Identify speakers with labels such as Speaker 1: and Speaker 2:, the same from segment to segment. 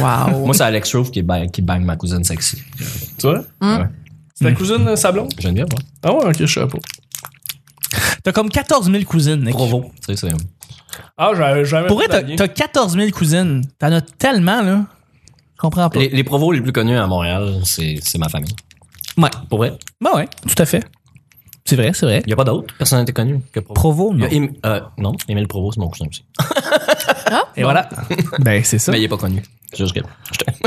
Speaker 1: Wow.
Speaker 2: Moi, c'est Alex Roof qui, bang, qui bang ma cousine sexy.
Speaker 3: Tu vois?
Speaker 2: Ouais.
Speaker 3: C'est ta cousine euh, Sablon?
Speaker 2: Geneviève, ouais.
Speaker 3: Ah ouais, ok, je sais pas.
Speaker 1: T'as comme 14 000 cousines, Nick.
Speaker 2: Provo. Tu sais, c'est.
Speaker 3: Ah, j'avais jamais.
Speaker 1: Pour vrai,
Speaker 3: fait
Speaker 1: t'as-
Speaker 3: la ligne.
Speaker 1: t'as 14 000 cousines. T'en as tellement, là. Je comprends pas.
Speaker 2: Les, les provos les plus connus à Montréal, c'est c'est ma famille.
Speaker 1: Ouais.
Speaker 2: Pour vrai.
Speaker 1: Ben ouais, tout à fait. C'est vrai, c'est vrai.
Speaker 2: Il n'y a pas d'autres personnalités connues que Provo.
Speaker 1: Provo,
Speaker 2: Il y
Speaker 1: non.
Speaker 2: a Em- euh, non, Emile Provo, c'est mon cousin aussi.
Speaker 1: Et voilà. ben, c'est ça.
Speaker 2: Mais il n'est pas connu. C'est juste que. Je te-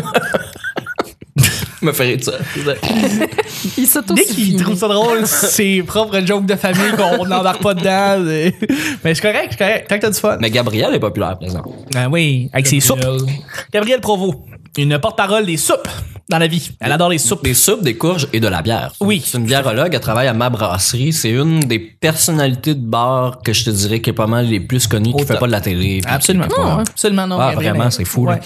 Speaker 2: me ferait de ça.
Speaker 4: Il
Speaker 1: Nick, il
Speaker 4: s'auto-suffit.
Speaker 1: trouve ça drôle, ses propres jokes de famille qu'on n'embarque pas dedans. Mais c'est correct, c'est correct. Tant que t'as du fun.
Speaker 2: Mais Gabriel est populaire, par exemple.
Speaker 1: Ah oui, avec ses soupes.
Speaker 3: Gabriel.
Speaker 1: Gabrielle Provost, une porte-parole des soupes dans la vie. Elle adore les soupes.
Speaker 2: Des soupes, des courges et de la bière.
Speaker 1: Oui.
Speaker 2: C'est une biérologue, elle travaille à ma brasserie. C'est une des personnalités de bar que je te dirais qui est pas mal les plus connues, qui
Speaker 1: Au
Speaker 2: fait
Speaker 1: top.
Speaker 2: pas de la télé. puis-
Speaker 1: Absolument.
Speaker 2: Ouais.
Speaker 1: Absolument non.
Speaker 2: Ah,
Speaker 1: Gabrielle,
Speaker 2: vraiment,
Speaker 1: mais-
Speaker 2: c'est fou, là.
Speaker 1: Ouais.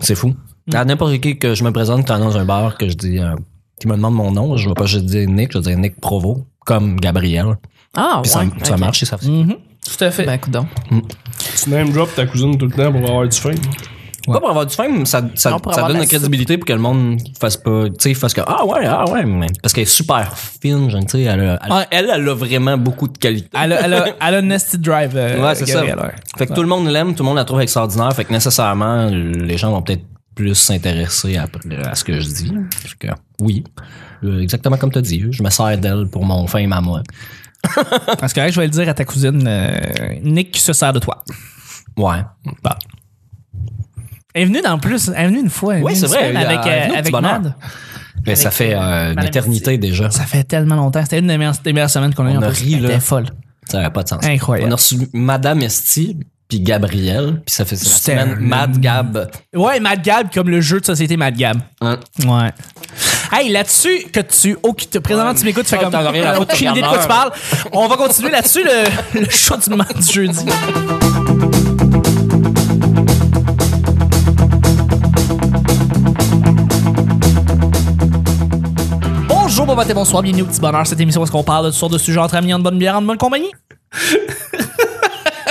Speaker 2: C'est fou. À n'importe qui que je me présente quand dans un bar, que je dis, euh, qui me demande mon nom, je vais pas juste dire Nick, je vais dire Nick Provo, comme Gabriel.
Speaker 4: Ah,
Speaker 2: Puis ça,
Speaker 4: ouais.
Speaker 2: ça marche et ça fait.
Speaker 1: Mhm. Tout à fait.
Speaker 4: Ben, coudonc.
Speaker 3: Tu name drop ta cousine tout le temps pour avoir du fun.
Speaker 2: Pas pour avoir du fame, ça, ça,
Speaker 4: Non, pour
Speaker 2: ça
Speaker 4: avoir
Speaker 2: donne
Speaker 4: de la
Speaker 2: la crédibilité pour que le monde fasse pas, tu sais, fasse que, ah ouais, ah ouais, mais- parce qu'elle est super fine, genre, tu sais, elle, a- elle,
Speaker 1: Ouais.
Speaker 2: elle, elle a vraiment beaucoup de qualité.
Speaker 1: Elle a, elle a- elle a une nasty drive. euh,
Speaker 2: ouais, c'est ça.
Speaker 1: Gabrielle, ouais.
Speaker 2: Fait que tout le monde l'aime, tout le monde la trouve extraordinaire, fait que nécessairement, les gens vont peut-être plus s'intéresser à, à ce que je dis. Parce que, oui, euh, exactement comme tu as dit, je me sers d'elle pour mon fame à moi.
Speaker 1: Parce que là, je vais le dire à ta cousine, euh, Nick se sert de toi.
Speaker 2: Ouais. Bah.
Speaker 1: Elle est venue dans plus, elle est venue une fois. elle est
Speaker 2: Oui,
Speaker 1: venue
Speaker 2: c'est
Speaker 1: une
Speaker 2: vrai,
Speaker 1: semaine
Speaker 2: elle-
Speaker 1: Avec,
Speaker 2: elle est
Speaker 1: euh,
Speaker 2: venue au
Speaker 1: avec
Speaker 2: petit bonheur.
Speaker 1: Mad.
Speaker 2: Mais ça fait euh, une
Speaker 1: Madame
Speaker 2: éternité déjà.
Speaker 1: Ça fait tellement longtemps. C'était une des meilleures, des meilleures semaines qu'on a eu.
Speaker 2: On
Speaker 1: en
Speaker 2: a
Speaker 1: plus.
Speaker 2: ri,
Speaker 1: Elle
Speaker 2: là.
Speaker 1: était folle.
Speaker 2: Ça n'a pas de sens.
Speaker 1: Incroyable.
Speaker 2: On a reçu Madame Esti puis Gabriel, puis ça fait la
Speaker 1: C'était
Speaker 2: semaine
Speaker 1: un-
Speaker 2: Mad Gab.
Speaker 1: Ouais, Mad Gab, comme le jeu de société Mad Gab.
Speaker 2: Hein?
Speaker 1: Ouais. Hey, là-dessus, que tu. Oh, qui te- présentement, tu m'écoutes, tu fais
Speaker 2: Ah,
Speaker 1: comme.
Speaker 2: t'en as rien à foutre,
Speaker 1: aucune idée de quoi tu parles. On va continuer là-dessus, le, le show du, mardi du jeudi. Bonjour, bon matin, bonsoir, bienvenue au petit bonheur. Cette émission où est-ce qu'on parle de toutes sortes de sujets entre amis, en bonne bière, en bonne compagnie.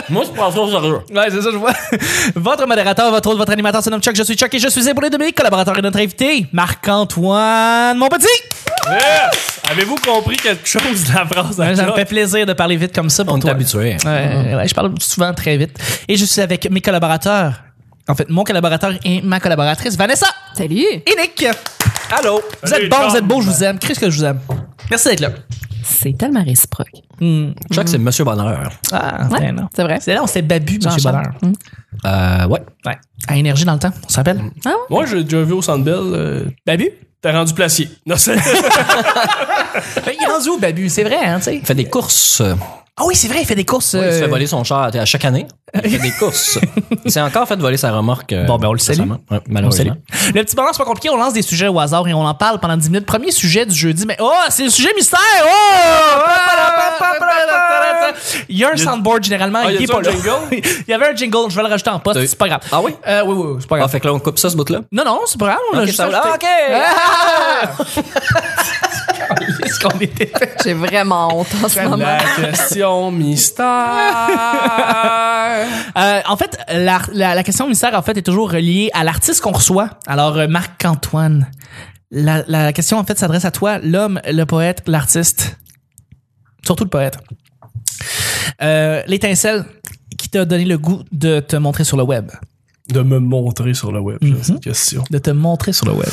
Speaker 2: Moi, je prends ça au sérieux.
Speaker 1: Ouais, c'est ça, je vois. Votre modérateur, votre hôte, votre animateur se nomme Chuck. Je suis Chuck et je suis pour les mes collaborateurs et notre invité, Marc-Antoine, mon petit.
Speaker 3: Yes! Avez-vous compris quelque chose de la phrase à
Speaker 1: Ouais, ça me
Speaker 3: Jacques?
Speaker 1: fait plaisir de parler vite comme ça pour
Speaker 2: On est
Speaker 1: toi.
Speaker 2: habitué.
Speaker 1: Ouais, ouais, je parle souvent très vite. Et je suis avec mes collaborateurs. En fait, mon collaborateur et ma collaboratrice, Vanessa
Speaker 4: Salut!
Speaker 1: et Nick.
Speaker 2: Allô?
Speaker 1: Vous
Speaker 3: Salut,
Speaker 1: êtes bons,
Speaker 3: Charles.
Speaker 1: vous êtes beaux, je vous aime. Qu'est-ce que je vous aime? Merci d'être là.
Speaker 4: C'est tellement réciproque.
Speaker 2: Je crois que c'est Monsieur Bonheur.
Speaker 1: Ah,
Speaker 4: Ouais,
Speaker 1: non.
Speaker 4: c'est vrai.
Speaker 1: C'est là, on s'est babu, monsieur
Speaker 4: Jean-Charles.
Speaker 1: Bonheur.
Speaker 4: Mm.
Speaker 2: Euh, ouais.
Speaker 1: Ouais. À énergie dans le temps, on s'appelle.
Speaker 3: Moi, j'ai déjà vu au Centre Bell. euh,
Speaker 1: Babu?
Speaker 3: T'as rendu placier. Non, c'est...
Speaker 1: Ben, Il est rendu où, Babu? C'est vrai, hein, tu sais.
Speaker 2: Il fait des courses.
Speaker 1: Ah oui, c'est vrai, il fait des courses.
Speaker 2: Il se fait
Speaker 1: euh,
Speaker 2: voler son char à à chaque année. Il fait des courses. Il s'est encore fait voler sa remorque. euh,
Speaker 1: Bon, ben, on le salue.
Speaker 2: récemment. Ouais,
Speaker 1: On salue.
Speaker 2: malheureusement.
Speaker 1: Le petit bonheur, c'est pas compliqué. On lance des sujets au hasard et on en parle pendant 10 minutes. Premier sujet du jeudi, mais oh, c'est le sujet mystère! Oh! Il y a un soundboard généralement,
Speaker 3: Ah, y
Speaker 1: il est
Speaker 3: a-tu
Speaker 1: pas
Speaker 3: un
Speaker 1: là.
Speaker 3: jingle?
Speaker 1: Il y avait un jingle, je vais le rajouter en poste,
Speaker 2: T'as eu-
Speaker 1: c'est pas grave.
Speaker 2: Ah oui?
Speaker 1: Euh, oui, oui, oui, c'est pas
Speaker 2: Ah,
Speaker 1: grave.
Speaker 2: fait que là, on coupe ça, ce bout-là.
Speaker 1: Non, non, c'est pas grave, on l'a
Speaker 2: Ok,
Speaker 1: juste
Speaker 2: ça va.
Speaker 1: rajouté.
Speaker 2: Ok.
Speaker 1: Qu'est-ce qu'on était
Speaker 4: J'ai vraiment honte en ce moment.
Speaker 3: la question mystère.
Speaker 1: Euh, en fait, la, la- la question mystère en fait est toujours reliée à l'artiste qu'on reçoit. Alors euh, Marc Antoine, la, la question en fait s'adresse à toi, l'homme, le poète, l'artiste, surtout le poète. Euh, L'étincelle qui t'a donné le goût de te montrer sur le web,
Speaker 3: De me montrer sur le web,
Speaker 1: Mhm.
Speaker 3: j'ai cette question.
Speaker 1: de te montrer sur le web.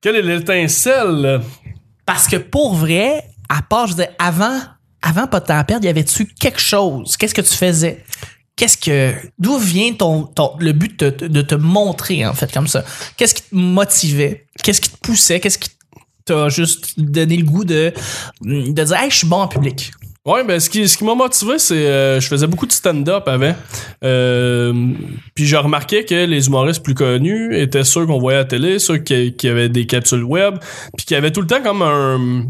Speaker 3: Quelle est l'étincelle?
Speaker 1: Parce que pour vrai, à part je veux dire, avant, avant pas de temps à perdre, y avait-tu quelque chose Qu'est-ce que tu faisais Qu'est-ce que d'où vient ton, ton- le but de, te- de te montrer en fait comme ça Qu'est-ce qui te motivait Qu'est-ce qui te poussait Qu'est-ce qui t'a juste donné le goût de de dire hey, je suis bon en public.
Speaker 3: Ouais, ben ce qui, ce qui m'a motivé, c'est euh, je faisais beaucoup de stand-up avant. Euh, puis je remarquais que les humoristes plus connus étaient ceux qu'on voyait à la télé, ceux qui, qui avaient des capsules web, puis qui avaient tout le temps comme un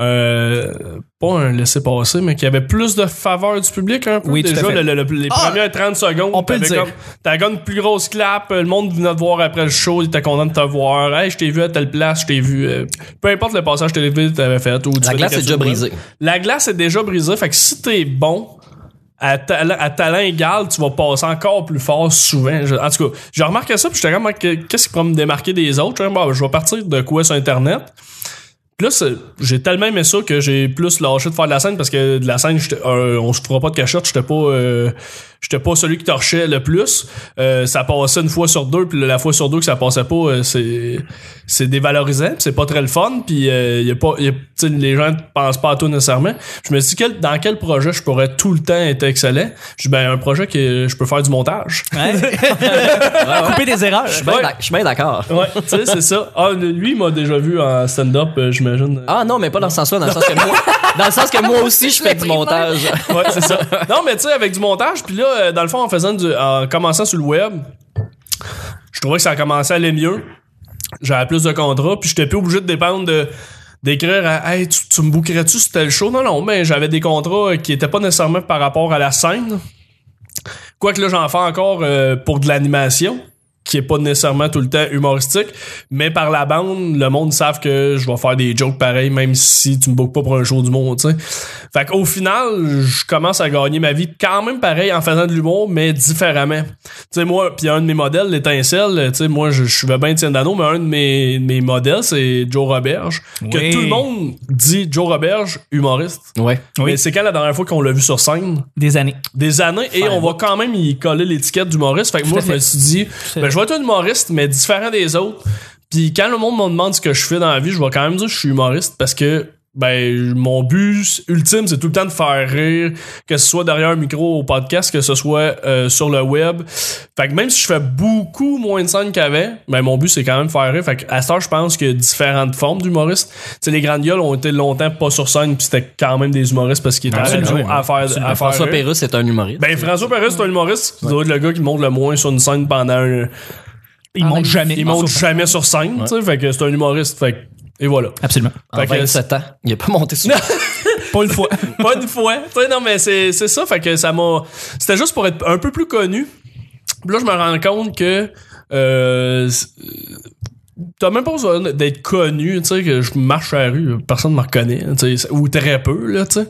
Speaker 3: euh, pas un laisser passer mais qui avait plus de faveur du public un peu
Speaker 1: Oui, tout
Speaker 3: déjà
Speaker 1: à fait.
Speaker 3: le- le- le- les
Speaker 1: Ah!
Speaker 3: premières 30 secondes
Speaker 1: On peut le
Speaker 3: t'avais
Speaker 1: dire.
Speaker 3: comme- t'avais comme une plus grosse clap le monde venait te voir après le show il était content de te voir hey je t'ai vu à telle place je t'ai vu euh, peu importe le passage télévisé que t'avais fait ou tu
Speaker 2: La
Speaker 3: fais
Speaker 2: glace
Speaker 3: des
Speaker 2: est déjà
Speaker 3: capsules web.
Speaker 2: brisée.
Speaker 3: La glace est déjà brisée, fait que si t'es bon, à, tala- à talent égal, tu vas passer encore plus fort souvent. Je- en tout cas, j'ai remarqué ça, puis j'étais comme, que- qu'est-ce qui pourrait me démarquer des autres? Je, bon, je vais partir de quoi sur Internet. Puis là, c'est- j'ai tellement aimé ça que j'ai plus lâché de faire de la scène parce que de la scène, j'étais- euh, on se fera pas de cachette, j'étais pas, euh, j'étais pas celui qui torchait le plus. Euh, ça passait une fois sur deux, puis la fois sur deux que ça passait pas, euh, c'est, c'est dévalorisant, puis c'est pas très le fun, puis euh, y a pas, y a- tu sais, les gens pensent pas à tout nécessairement. Je me suis dit, quel- dans quel projet je pourrais tout le temps être excellent? Je dis, ben, un projet que je peux faire du montage.
Speaker 1: Couper des erreurs.
Speaker 2: Ah, Je suis bien d'ac- je suis bien d'accord.
Speaker 3: Ouais, tu sais, c'est ça. Ah, lui, il m'a déjà vu en stand-up, euh, j'imagine.
Speaker 2: Ah non, mais pas dans ce sens-là, dans le sens que moi, dans le sens que moi aussi je fais du montage.
Speaker 3: ouais, c'est ça. Non, mais tu sais, avec du montage, puis là, euh, dans le fond, en faisant du, en commençant sur le web, je trouvais que ça commençait à aller mieux. J'avais plus de contrats, puis j'étais plus obligé de dépendre de d'écrire à hey tu, tu me bouquerais-tu sur tel show non non mais j'avais des contrats qui étaient pas nécessairement par rapport à la scène quoique là j'en fais encore euh, pour de l'animation qui est pas nécessairement tout le temps humoristique mais par la bande le monde savent que je vais faire des jokes pareils même si tu me bookes pas pour un show du monde tu sais fait qu'au final, je commence à gagner ma vie quand même pareil en faisant de l'humour, mais différemment. Tu sais, moi, puis un de mes modèles, l'étincelle, tu sais, moi, je, je suivais bien Étienne Dano, mais un de mes, de mes modèles, c'est Joe Roberge. Que
Speaker 1: Oui.
Speaker 3: tout le monde dit Joe Roberge, humoriste.
Speaker 2: Ouais.
Speaker 3: Mais c'est quand la dernière fois qu'on l'a vu sur scène?
Speaker 1: Des années.
Speaker 3: Des années, et on va quand même y coller l'étiquette d'humoriste. Fait que moi,
Speaker 1: à
Speaker 3: je me
Speaker 1: fait.
Speaker 3: suis dit, ben, je vais être un humoriste, mais différent des autres. Puis quand le monde me demande ce que je fais dans la vie, je vais quand même dire que je suis humoriste parce que ben mon but ultime c'est tout le temps de faire rire que ce soit derrière un micro au podcast que ce soit euh, sur le web fait que même si je fais beaucoup moins de scènes qu'avant ben mon but c'est quand même de faire rire fait que à ça je pense qu'il y a différentes formes d'humoristes tu sais les grandes gueules ont été longtemps pas sur scène puis c'était quand même des humoristes parce qu'ils étaient à la radio
Speaker 2: Absolument.
Speaker 3: à faire à faire
Speaker 2: François
Speaker 3: rire.
Speaker 2: Pérusse est un humoriste.
Speaker 3: ben François Perret c'est un humoriste c'est le gars qui monte le moins sur une scène pendant un,
Speaker 1: Ils montent jamais.
Speaker 3: il monte jamais sur scène, tu sais, fait que c'est un humoriste, fait que- et voilà.
Speaker 1: Absolument.
Speaker 2: en
Speaker 3: fait que-
Speaker 2: 27 ans, il a pas monté sur.
Speaker 1: Pas une fois.
Speaker 3: Pas une fois, tu sais, non, mais c'est c'est ça, fait que ça m'a. C'était juste pour être un peu plus connu. Puis là, je me rends compte que. Euh, c'est- T'as même pas besoin d'être connu, tu sais, que je marche sur la rue, personne me reconnaît, tu sais, ou très peu, là, tu sais.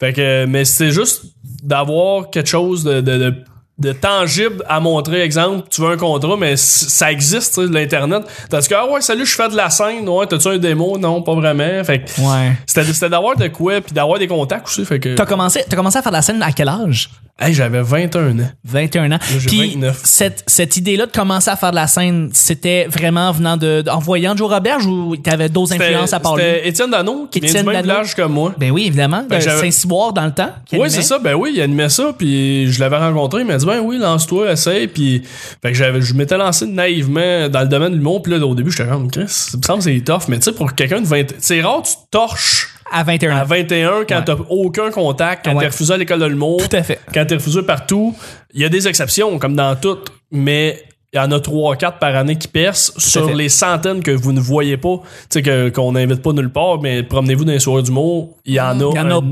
Speaker 3: Fait que, mais c'est juste d'avoir quelque chose de, de, de- de tangible à montrer. Exemple, tu veux un contrat, mais c- ça existe, tu sais, l'Internet. Tandis que, ah ouais, salut, je fais de la scène, ouais, t'as-tu un démo? Non, pas vraiment. Fait que,
Speaker 1: Ouais.
Speaker 3: c'était c'était d'avoir de quoi, puis d'avoir des contacts aussi. Fait que,
Speaker 1: T'as commencé, t'as commencé à faire de la scène à quel âge?
Speaker 3: hey, j'avais 21 ans.
Speaker 1: 21 ans.
Speaker 3: j'ai
Speaker 1: Puis
Speaker 3: 29.
Speaker 1: cette, cette idée-là de commencer à faire de la scène, c'était vraiment venant de, de- en voyant Joe Roberge ou t'avais d'autres
Speaker 3: C'était-
Speaker 1: influences à part lui?
Speaker 3: C'était Étienne Dano, qui vient
Speaker 1: Étienne
Speaker 3: du même
Speaker 1: Dano.
Speaker 3: village que moi.
Speaker 1: Ben oui, évidemment.
Speaker 3: Ben,
Speaker 1: de
Speaker 3: j'avais-
Speaker 1: Saint-Cyboire dans le temps. qui
Speaker 3: Oui,
Speaker 1: animait.
Speaker 3: c'est ça. Ben oui, il animait ça, puis je l'avais rencontré. Il m'a dit, ben oui, lance-toi, essaye. Puis, fait que j'avais, je m'étais lancé naïvement dans le domaine de l'humour. Puis là, au début, j'étais comme, Chris, il me semble que c'est tough. Mais tu sais, pour quelqu'un de 20, c'est rare, tu torches
Speaker 1: À 21
Speaker 3: à
Speaker 1: ans.
Speaker 3: 21 quand t'as aucun contact, quand
Speaker 1: Ouais.
Speaker 3: t'es refusé à l'école de l'humour.
Speaker 1: Tout à fait.
Speaker 3: Quand t'es refusé partout, il y a des exceptions, comme dans toutes, mais il y en a 3 4 par année qui percent sur
Speaker 1: fait.
Speaker 3: les centaines que vous ne voyez pas, tu sais, que- qu'on n'invite pas nulle part, mais promenez-vous dans les soirées d'humour, il y en a.
Speaker 1: Il y en a.
Speaker 3: un-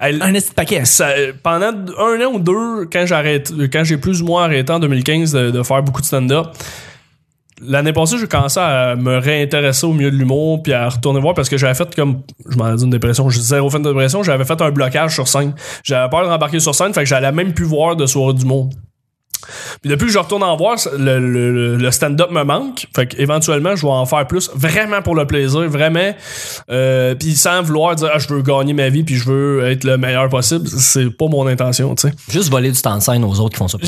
Speaker 3: elle-
Speaker 1: Un petit paquet.
Speaker 3: ça- Euh, pendant un an ou deux, quand j'arrête, quand j'ai plus ou moins arrêté en 2015 de, de faire beaucoup de stand-up, l'année passée, j'ai commencé à me réintéresser au milieu de l'humour, puis à retourner voir parce que j'avais fait comme, je m'en dis une dépression, j'ai zéro fin de dépression, j'avais fait un blocage sur scène. J'avais peur de rembarquer sur scène, fait que j'allais même plus voir de soirée d'humour. Puis depuis que je retourne en voir, le, le- le- le stand-up me manque. Fait qu'éventuellement, je vais en faire plus, vraiment pour le plaisir, vraiment. Euh, puis sans vouloir dire, ah, je veux gagner ma vie, puis je veux être le meilleur possible. C'est pas mon intention, tu sais.
Speaker 2: Juste voler du temps de scène aux autres qui font ça.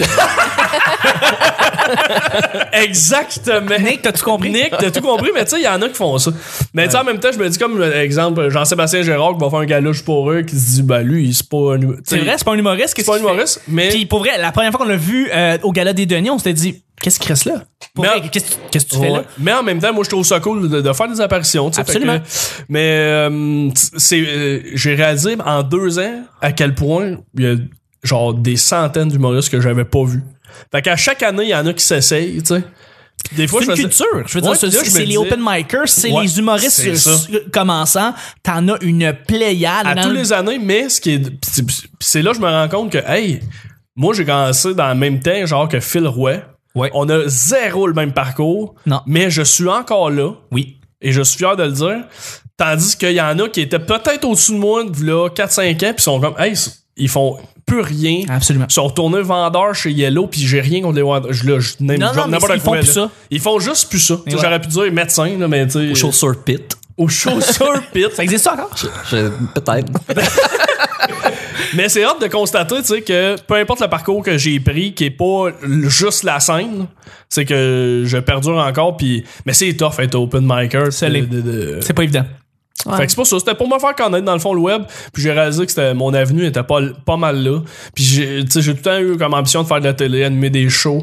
Speaker 3: Exactement.
Speaker 1: Nick, t'as-tu compris?
Speaker 3: Nick, t'as tout compris, mais tu sais, il y en a qui font ça. Mais tu sais, en même temps, je me dis comme, euh, exemple, Jean-Sébastien Gérard qui va faire un galouche pour eux, qui se dit, ben lui, c'est pas un. tu sais,
Speaker 1: C'est vrai, c'est pas un humoriste.
Speaker 3: c'est
Speaker 1: qu'est-ce
Speaker 3: pas un
Speaker 1: qu'il fait?
Speaker 3: humoriste, mais.
Speaker 1: Puis pour vrai, la première fois qu'on l'a vu euh, au gala des Denis, on s'était dit, qu'est-ce qu'il reste là? Pour
Speaker 3: Mais-
Speaker 1: vrai, qu'est-ce que tu- qu'est-ce que tu fais là?
Speaker 3: Ouais. Mais en même temps, moi, je trouve ça cool de, de faire des apparitions. tu sais,
Speaker 1: Absolument.
Speaker 3: fait que- mais euh, c'est, euh, j'ai réalisé en deux ans à quel point il y a genre des centaines d'humoristes que j'avais pas vus. Fait qu'à chaque année, il y en a qui s'essayent, tu sais. Des fois,
Speaker 1: C'est
Speaker 3: je
Speaker 1: une
Speaker 3: faisais-
Speaker 1: culture. Je veux
Speaker 3: Ouais,
Speaker 1: dire,
Speaker 3: puis là,
Speaker 1: c'est-
Speaker 3: je me
Speaker 1: c'est les
Speaker 3: disais-
Speaker 1: open micers, c'est
Speaker 3: Ouais,
Speaker 1: les humoristes
Speaker 3: c'est ça.
Speaker 1: euh, commençants. T'en as une pléiade.
Speaker 3: à
Speaker 1: dans
Speaker 3: tous
Speaker 1: le-
Speaker 3: les années, mais ce qui est. pis c'est- pis c'est là que je me rends compte que, hey, moi j'ai commencé dans le même temps, genre que Phil Roy.
Speaker 1: Ouais.
Speaker 3: On a zéro le même parcours.
Speaker 1: Non.
Speaker 3: Mais je suis encore là.
Speaker 1: Oui.
Speaker 3: Et je suis fier de le dire. Tandis qu'il y en a qui étaient peut-être au-dessus de moi, là, 4-5 ans, puis sont comme, hey, ils font. plus rien.
Speaker 1: Absolument.
Speaker 3: Ils sont retournés vendeurs chez Yellow, puis j'ai rien contre les vendeurs. Je, là, je name
Speaker 1: Non,
Speaker 3: drop
Speaker 1: non, mais
Speaker 3: n'importe
Speaker 1: ils font
Speaker 3: quoi,
Speaker 1: plus
Speaker 3: là.
Speaker 1: ça.
Speaker 3: Ils font juste plus ça. Tu sais,
Speaker 1: ouais.
Speaker 3: J'aurais pu dire médecin, là, mais tu
Speaker 2: Aux
Speaker 3: sais.
Speaker 2: chaussures pit.
Speaker 3: Aux chaussures pit.
Speaker 1: Ça existe ça encore?
Speaker 2: Je- Peut-être.
Speaker 3: Mais c'est hâte de constater, tu sais, que peu importe le parcours que j'ai pris, qui est pas l- juste la scène, c'est que je perdure encore, puis. Mais c'est tough être open micer.
Speaker 1: C'est l'est.
Speaker 3: de- de- de-
Speaker 1: C'est pas évident.
Speaker 3: euh,
Speaker 4: Ouais.
Speaker 3: Fait que c'est pas ça. C'était pour me faire connaître dans le fond le web. Puis j'ai réalisé que c'était, mon avenue était pas, pas mal là. Puis j'ai, tu sais, j'ai tout le temps eu comme ambition de faire de la télé, animer des shows.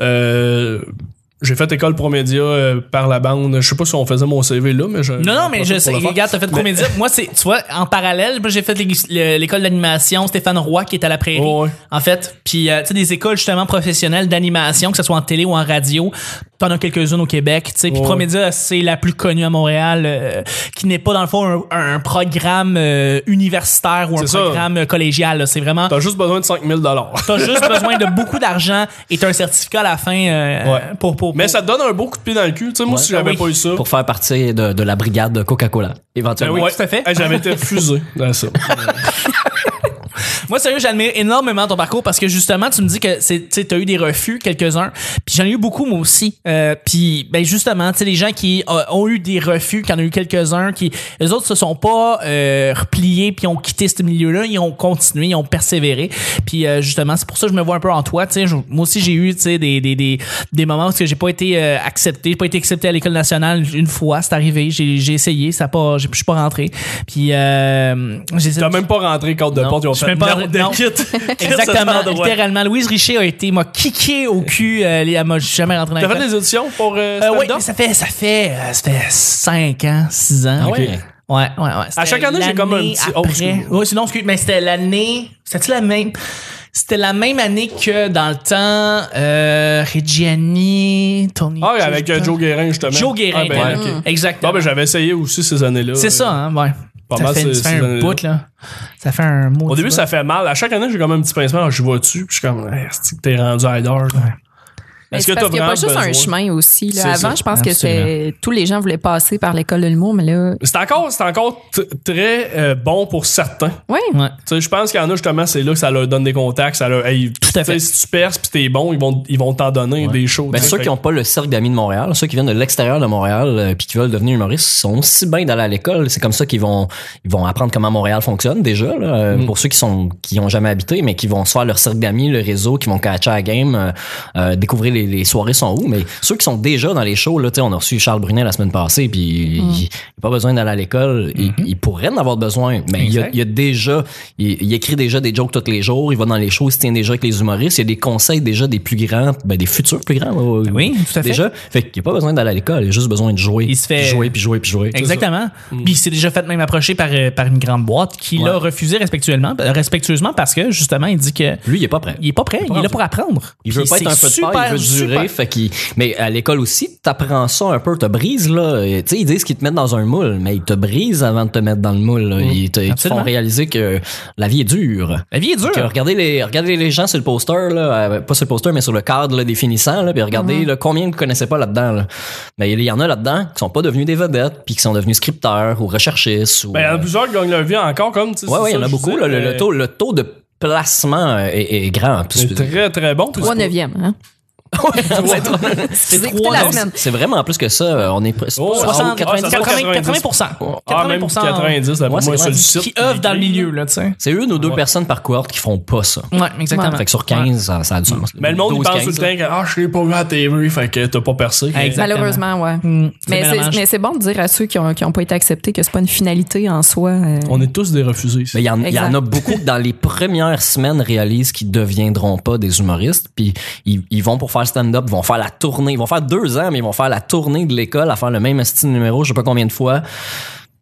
Speaker 3: Euh, j'ai fait école pro média euh, par la bande. Je sais pas si on faisait mon CV là, mais je.
Speaker 1: Non, non, mais je
Speaker 3: profite
Speaker 1: sais.
Speaker 3: pour le faire.
Speaker 1: Regarde, t'as fait comédie. Moi, c'est, tu vois, en parallèle, moi, j'ai fait l'ég- le- l'école d'animation Stéphane Roy qui est à la prairie.
Speaker 3: Ouais, ouais.
Speaker 1: En fait, puis euh, tu sais des écoles justement professionnelles d'animation, que ce soit en télé ou en radio, t'en as quelques-unes au Québec, tu sais. Puis
Speaker 3: Ouais.
Speaker 1: Promédia, c'est la plus connue à Montréal, euh, qui n'est pas dans le fond un, un programme euh, universitaire ou un
Speaker 3: C'est ça.
Speaker 1: programme euh, collégial. là. C'est vraiment
Speaker 3: T'as juste besoin de 5000 dollars.
Speaker 1: T'as juste besoin de beaucoup d'argent et t'as un certificat à la fin euh,
Speaker 3: Ouais.
Speaker 1: pour, pour,
Speaker 3: Mais
Speaker 1: pour-
Speaker 3: ça te donne un beau coup de pied dans le cul. Tu sais, moi,
Speaker 2: Ouais.
Speaker 3: si j'avais
Speaker 1: Ah oui.
Speaker 3: pas eu ça. Ben
Speaker 2: Pour faire partie de, de la brigade Coca-Cola, éventuellement.
Speaker 1: oui. tout à fait.
Speaker 3: Hey, j'avais été refusé dans ça.
Speaker 1: Moi, sérieux, j'admire énormément ton parcours parce que justement, tu me dis que c'est- tu sais, t'as eu des refus, quelques-uns. Puis j'en ai eu beaucoup, moi aussi. Euh, puis, ben, justement, tu sais, les gens qui euh, ont eu des refus, qui en ont eu quelques-uns, qui, les autres se sont pas euh, repliés puis ont quitté ce milieu-là. Ils ont continué, ils ont persévéré. Puis, euh, justement, c'est pour ça que je me vois un peu en toi. Tu sais, je- moi aussi, j'ai eu, tu sais, des, des, des, des moments où est-ce que j'ai pas été euh, accepté. J'ai pas été accepté à l'école nationale une fois. C'est arrivé. J'ai j'ai essayé. Ça a pas, j'ai- je suis pas rentré. Puis, euh, j'ai essayé-
Speaker 3: T'as même pas rentré contre de
Speaker 1: Non,
Speaker 3: porte. Ils ont
Speaker 1: je suis
Speaker 3: fait
Speaker 1: même pas-
Speaker 3: merde,
Speaker 1: non.
Speaker 3: quitte.
Speaker 1: Exactement,
Speaker 3: Qu'est-ce que ça se fait en droit?
Speaker 1: littéralement. Louise Richer a été, m'a kické au cul. euh, elle m'a jamais rentré
Speaker 3: T'as
Speaker 1: dans
Speaker 3: fait
Speaker 1: l'école.
Speaker 3: des auditions pour euh,
Speaker 1: Euh, oui,
Speaker 3: stand-up?
Speaker 1: mais ça fait, ça fait, euh, ça fait 5 ans, 6 ans.
Speaker 2: Ah ouais?
Speaker 1: Ouais, ouais, ouais. C'était
Speaker 3: chaque année, j'ai comme un petit- oh,
Speaker 1: l'année
Speaker 3: excuse-moi.
Speaker 1: après. Ouais, sinon, excuse, mais c'était l'année, c'était la même, c'était la même année que dans le temps, euh, Reggiani, Tony.
Speaker 3: Ah, oui, avec euh, Joe Guérin, justement.
Speaker 1: Joe Guérin.
Speaker 3: Ah, ben,
Speaker 1: t'as-
Speaker 3: ok.
Speaker 1: Exactement.
Speaker 3: Bon, ben, j'avais essayé aussi ces années-là.
Speaker 1: c'est ça,
Speaker 3: Euh,
Speaker 1: hein, ouais.
Speaker 3: pas
Speaker 1: ça
Speaker 3: mal,
Speaker 1: fait,
Speaker 3: c'est-
Speaker 1: ça fait
Speaker 3: ces
Speaker 1: un
Speaker 3: années-là.
Speaker 1: bout, là. Ça fait un mot.
Speaker 3: Au début, ça fait mal. À chaque année, j'ai quand même un petit pincement. Je vois dessus, puis je suis comme, Hey, c'est-tu que t'es rendu ailleurs. là?
Speaker 4: Mais
Speaker 3: Est-ce
Speaker 4: c'est
Speaker 3: que
Speaker 4: parce
Speaker 3: t'as
Speaker 4: qu'il y a pas juste
Speaker 3: vraiment
Speaker 4: un
Speaker 3: besoin?
Speaker 4: chemin aussi. là.
Speaker 3: C'est
Speaker 4: Avant,
Speaker 3: ça,
Speaker 4: je pense que
Speaker 2: absolument.
Speaker 4: c'est tous les gens voulaient passer par l'école de l'humour, mais là,
Speaker 3: C'est encore, c'est encore t- très euh, bon pour certains.
Speaker 4: ouais.
Speaker 1: Ouais.
Speaker 3: Tu sais, je pense qu'il y en a justement, c'est là que ça leur donne des contacts, ça leur, hey,
Speaker 1: Tout à
Speaker 3: tu sais,
Speaker 1: fait.
Speaker 3: Si tu perces puis t'es bon, ils vont, ils vont t'en donner des choses.
Speaker 2: Ben,
Speaker 3: tu sais.
Speaker 2: ceux qui n'ont pas le cercle d'amis de Montréal, ceux qui viennent de l'extérieur de Montréal euh, puis qui veulent devenir humoristes, sont aussi bien d'aller à l'école. C'est comme ça qu'ils vont, ils vont apprendre comment Montréal fonctionne déjà. là, euh, Pour ceux qui sont qui ont jamais habité, mais qui vont se faire leur cercle d'amis, le réseau, qui vont catcher à la game, euh, euh, découvrir les, les soirées sont où. Mais ceux qui sont déjà dans les shows, là, tu sais, on a reçu Charles Brunet la semaine passée, puis il il a pas besoin d'aller à l'école. Il, il pourrait en avoir besoin, mais il y a, il y a déjà, il, il écrit déjà des jokes tous les jours, il va dans les shows, il se tient déjà avec les humoristes, il y a des conseils déjà des plus grands, ben, des futurs plus grands. euh,
Speaker 1: oui, tout à fait.
Speaker 2: Déjà, fait qu'il n'y a pas besoin d'aller à l'école, il a juste besoin de jouer.
Speaker 1: Il se fait-
Speaker 2: puis jouer, puis jouer, puis jouer.
Speaker 1: Exactement. Puis il s'est déjà fait même approcher par, euh, par une grande boîte qui l'a
Speaker 2: Ouais.
Speaker 1: refusé respectuellement, euh, respectueusement parce que justement, il dit que
Speaker 2: Lui, il est pas prêt.
Speaker 1: il est pas prêt, il est là pour apprendre.
Speaker 2: Il veut
Speaker 1: Puis
Speaker 2: pas être un
Speaker 1: c'est
Speaker 2: feu de paille, il veut
Speaker 1: super,
Speaker 2: durer.
Speaker 1: super.
Speaker 2: Fait qu'il- mais à l'école aussi, t'apprends ça un peu, te brises, là. Et, Tu sais, ils disent qu'ils te mettent dans un moule, mais ils te brisent avant de te mettre dans le moule, là. Ils, te, ils te
Speaker 1: Mm. Absolument.
Speaker 2: font réaliser que la vie est dure.
Speaker 1: La vie est dure. Ah,
Speaker 2: Que regardez les, regardez les gens sur le poster, là, euh, pas sur le poster, mais sur le cadre là, définissant, là, puis regardez
Speaker 1: Mm-hmm.
Speaker 2: là, combien vous connaissez pas là-dedans. Là. Mais il y en a là-dedans qui sont pas devenus des vedettes, puis qui sont devenus scripteurs ou recherchistes. Ou,
Speaker 3: Ben, il y en a
Speaker 2: euh,
Speaker 3: plusieurs qui gagnent leur vie encore, comme, tu sais,
Speaker 2: ouais,
Speaker 3: c'est
Speaker 2: ouais, il y
Speaker 3: ça
Speaker 2: en a
Speaker 3: que je
Speaker 2: beaucoup.
Speaker 3: disais, euh,
Speaker 2: là, le, le
Speaker 3: mais-
Speaker 2: taux, le taux de placement euh, est, est grand. Puis
Speaker 3: C'est
Speaker 2: c'est-
Speaker 3: très, très bon.
Speaker 4: Trois neuvièmes, hein?
Speaker 1: C'est
Speaker 4: Vous écoutez
Speaker 1: trois,
Speaker 4: la
Speaker 1: non,
Speaker 4: semaine.
Speaker 2: c'est vraiment plus que ça. euh, On est presque.
Speaker 3: Oh,
Speaker 2: c'est pas-
Speaker 1: 60,
Speaker 3: Ah, ça
Speaker 1: 80,
Speaker 3: doit être
Speaker 1: 80,
Speaker 3: 90.
Speaker 1: 80%.
Speaker 3: Ah, même
Speaker 1: 80%,
Speaker 3: 90, d'après
Speaker 2: Ouais, c'est
Speaker 3: moi, sur le
Speaker 2: vrai.
Speaker 3: site.
Speaker 1: qui œuvrent dans le milieu, là, tu sais.
Speaker 3: ah,
Speaker 2: c'est une ou deux personnes par cohorte qui font pas ça.
Speaker 1: Ouais, exactement.
Speaker 2: Fait que sur 15, ça, ça a du sens.
Speaker 3: Mm. Mais le monde, il
Speaker 2: 12,
Speaker 3: pense tout
Speaker 2: 15,
Speaker 3: le temps que, ah, je suis pas vu à la TV, fait que t'as pas percé.
Speaker 1: Ah, exact.
Speaker 4: Malheureusement, ouais.
Speaker 1: Hmm, c'est
Speaker 4: Mais
Speaker 1: bien
Speaker 4: c'est
Speaker 1: dommage.
Speaker 4: mais c'est bon de dire à ceux qui n'ont qui ont pas été acceptés que c'est pas une finalité en soi. euh.
Speaker 3: On est tous des refusés. ici.
Speaker 2: Mais il y, en- il y en a beaucoup qui, dans les premières semaines, réalisent qu'ils deviendront pas des humoristes. Puis ils, ils vont pour faire stand-up, ils vont faire la tournée. Ils vont faire deux ans, mais ils vont faire la tournée de l'école à faire le même style numéro, je sais pas combien de fois,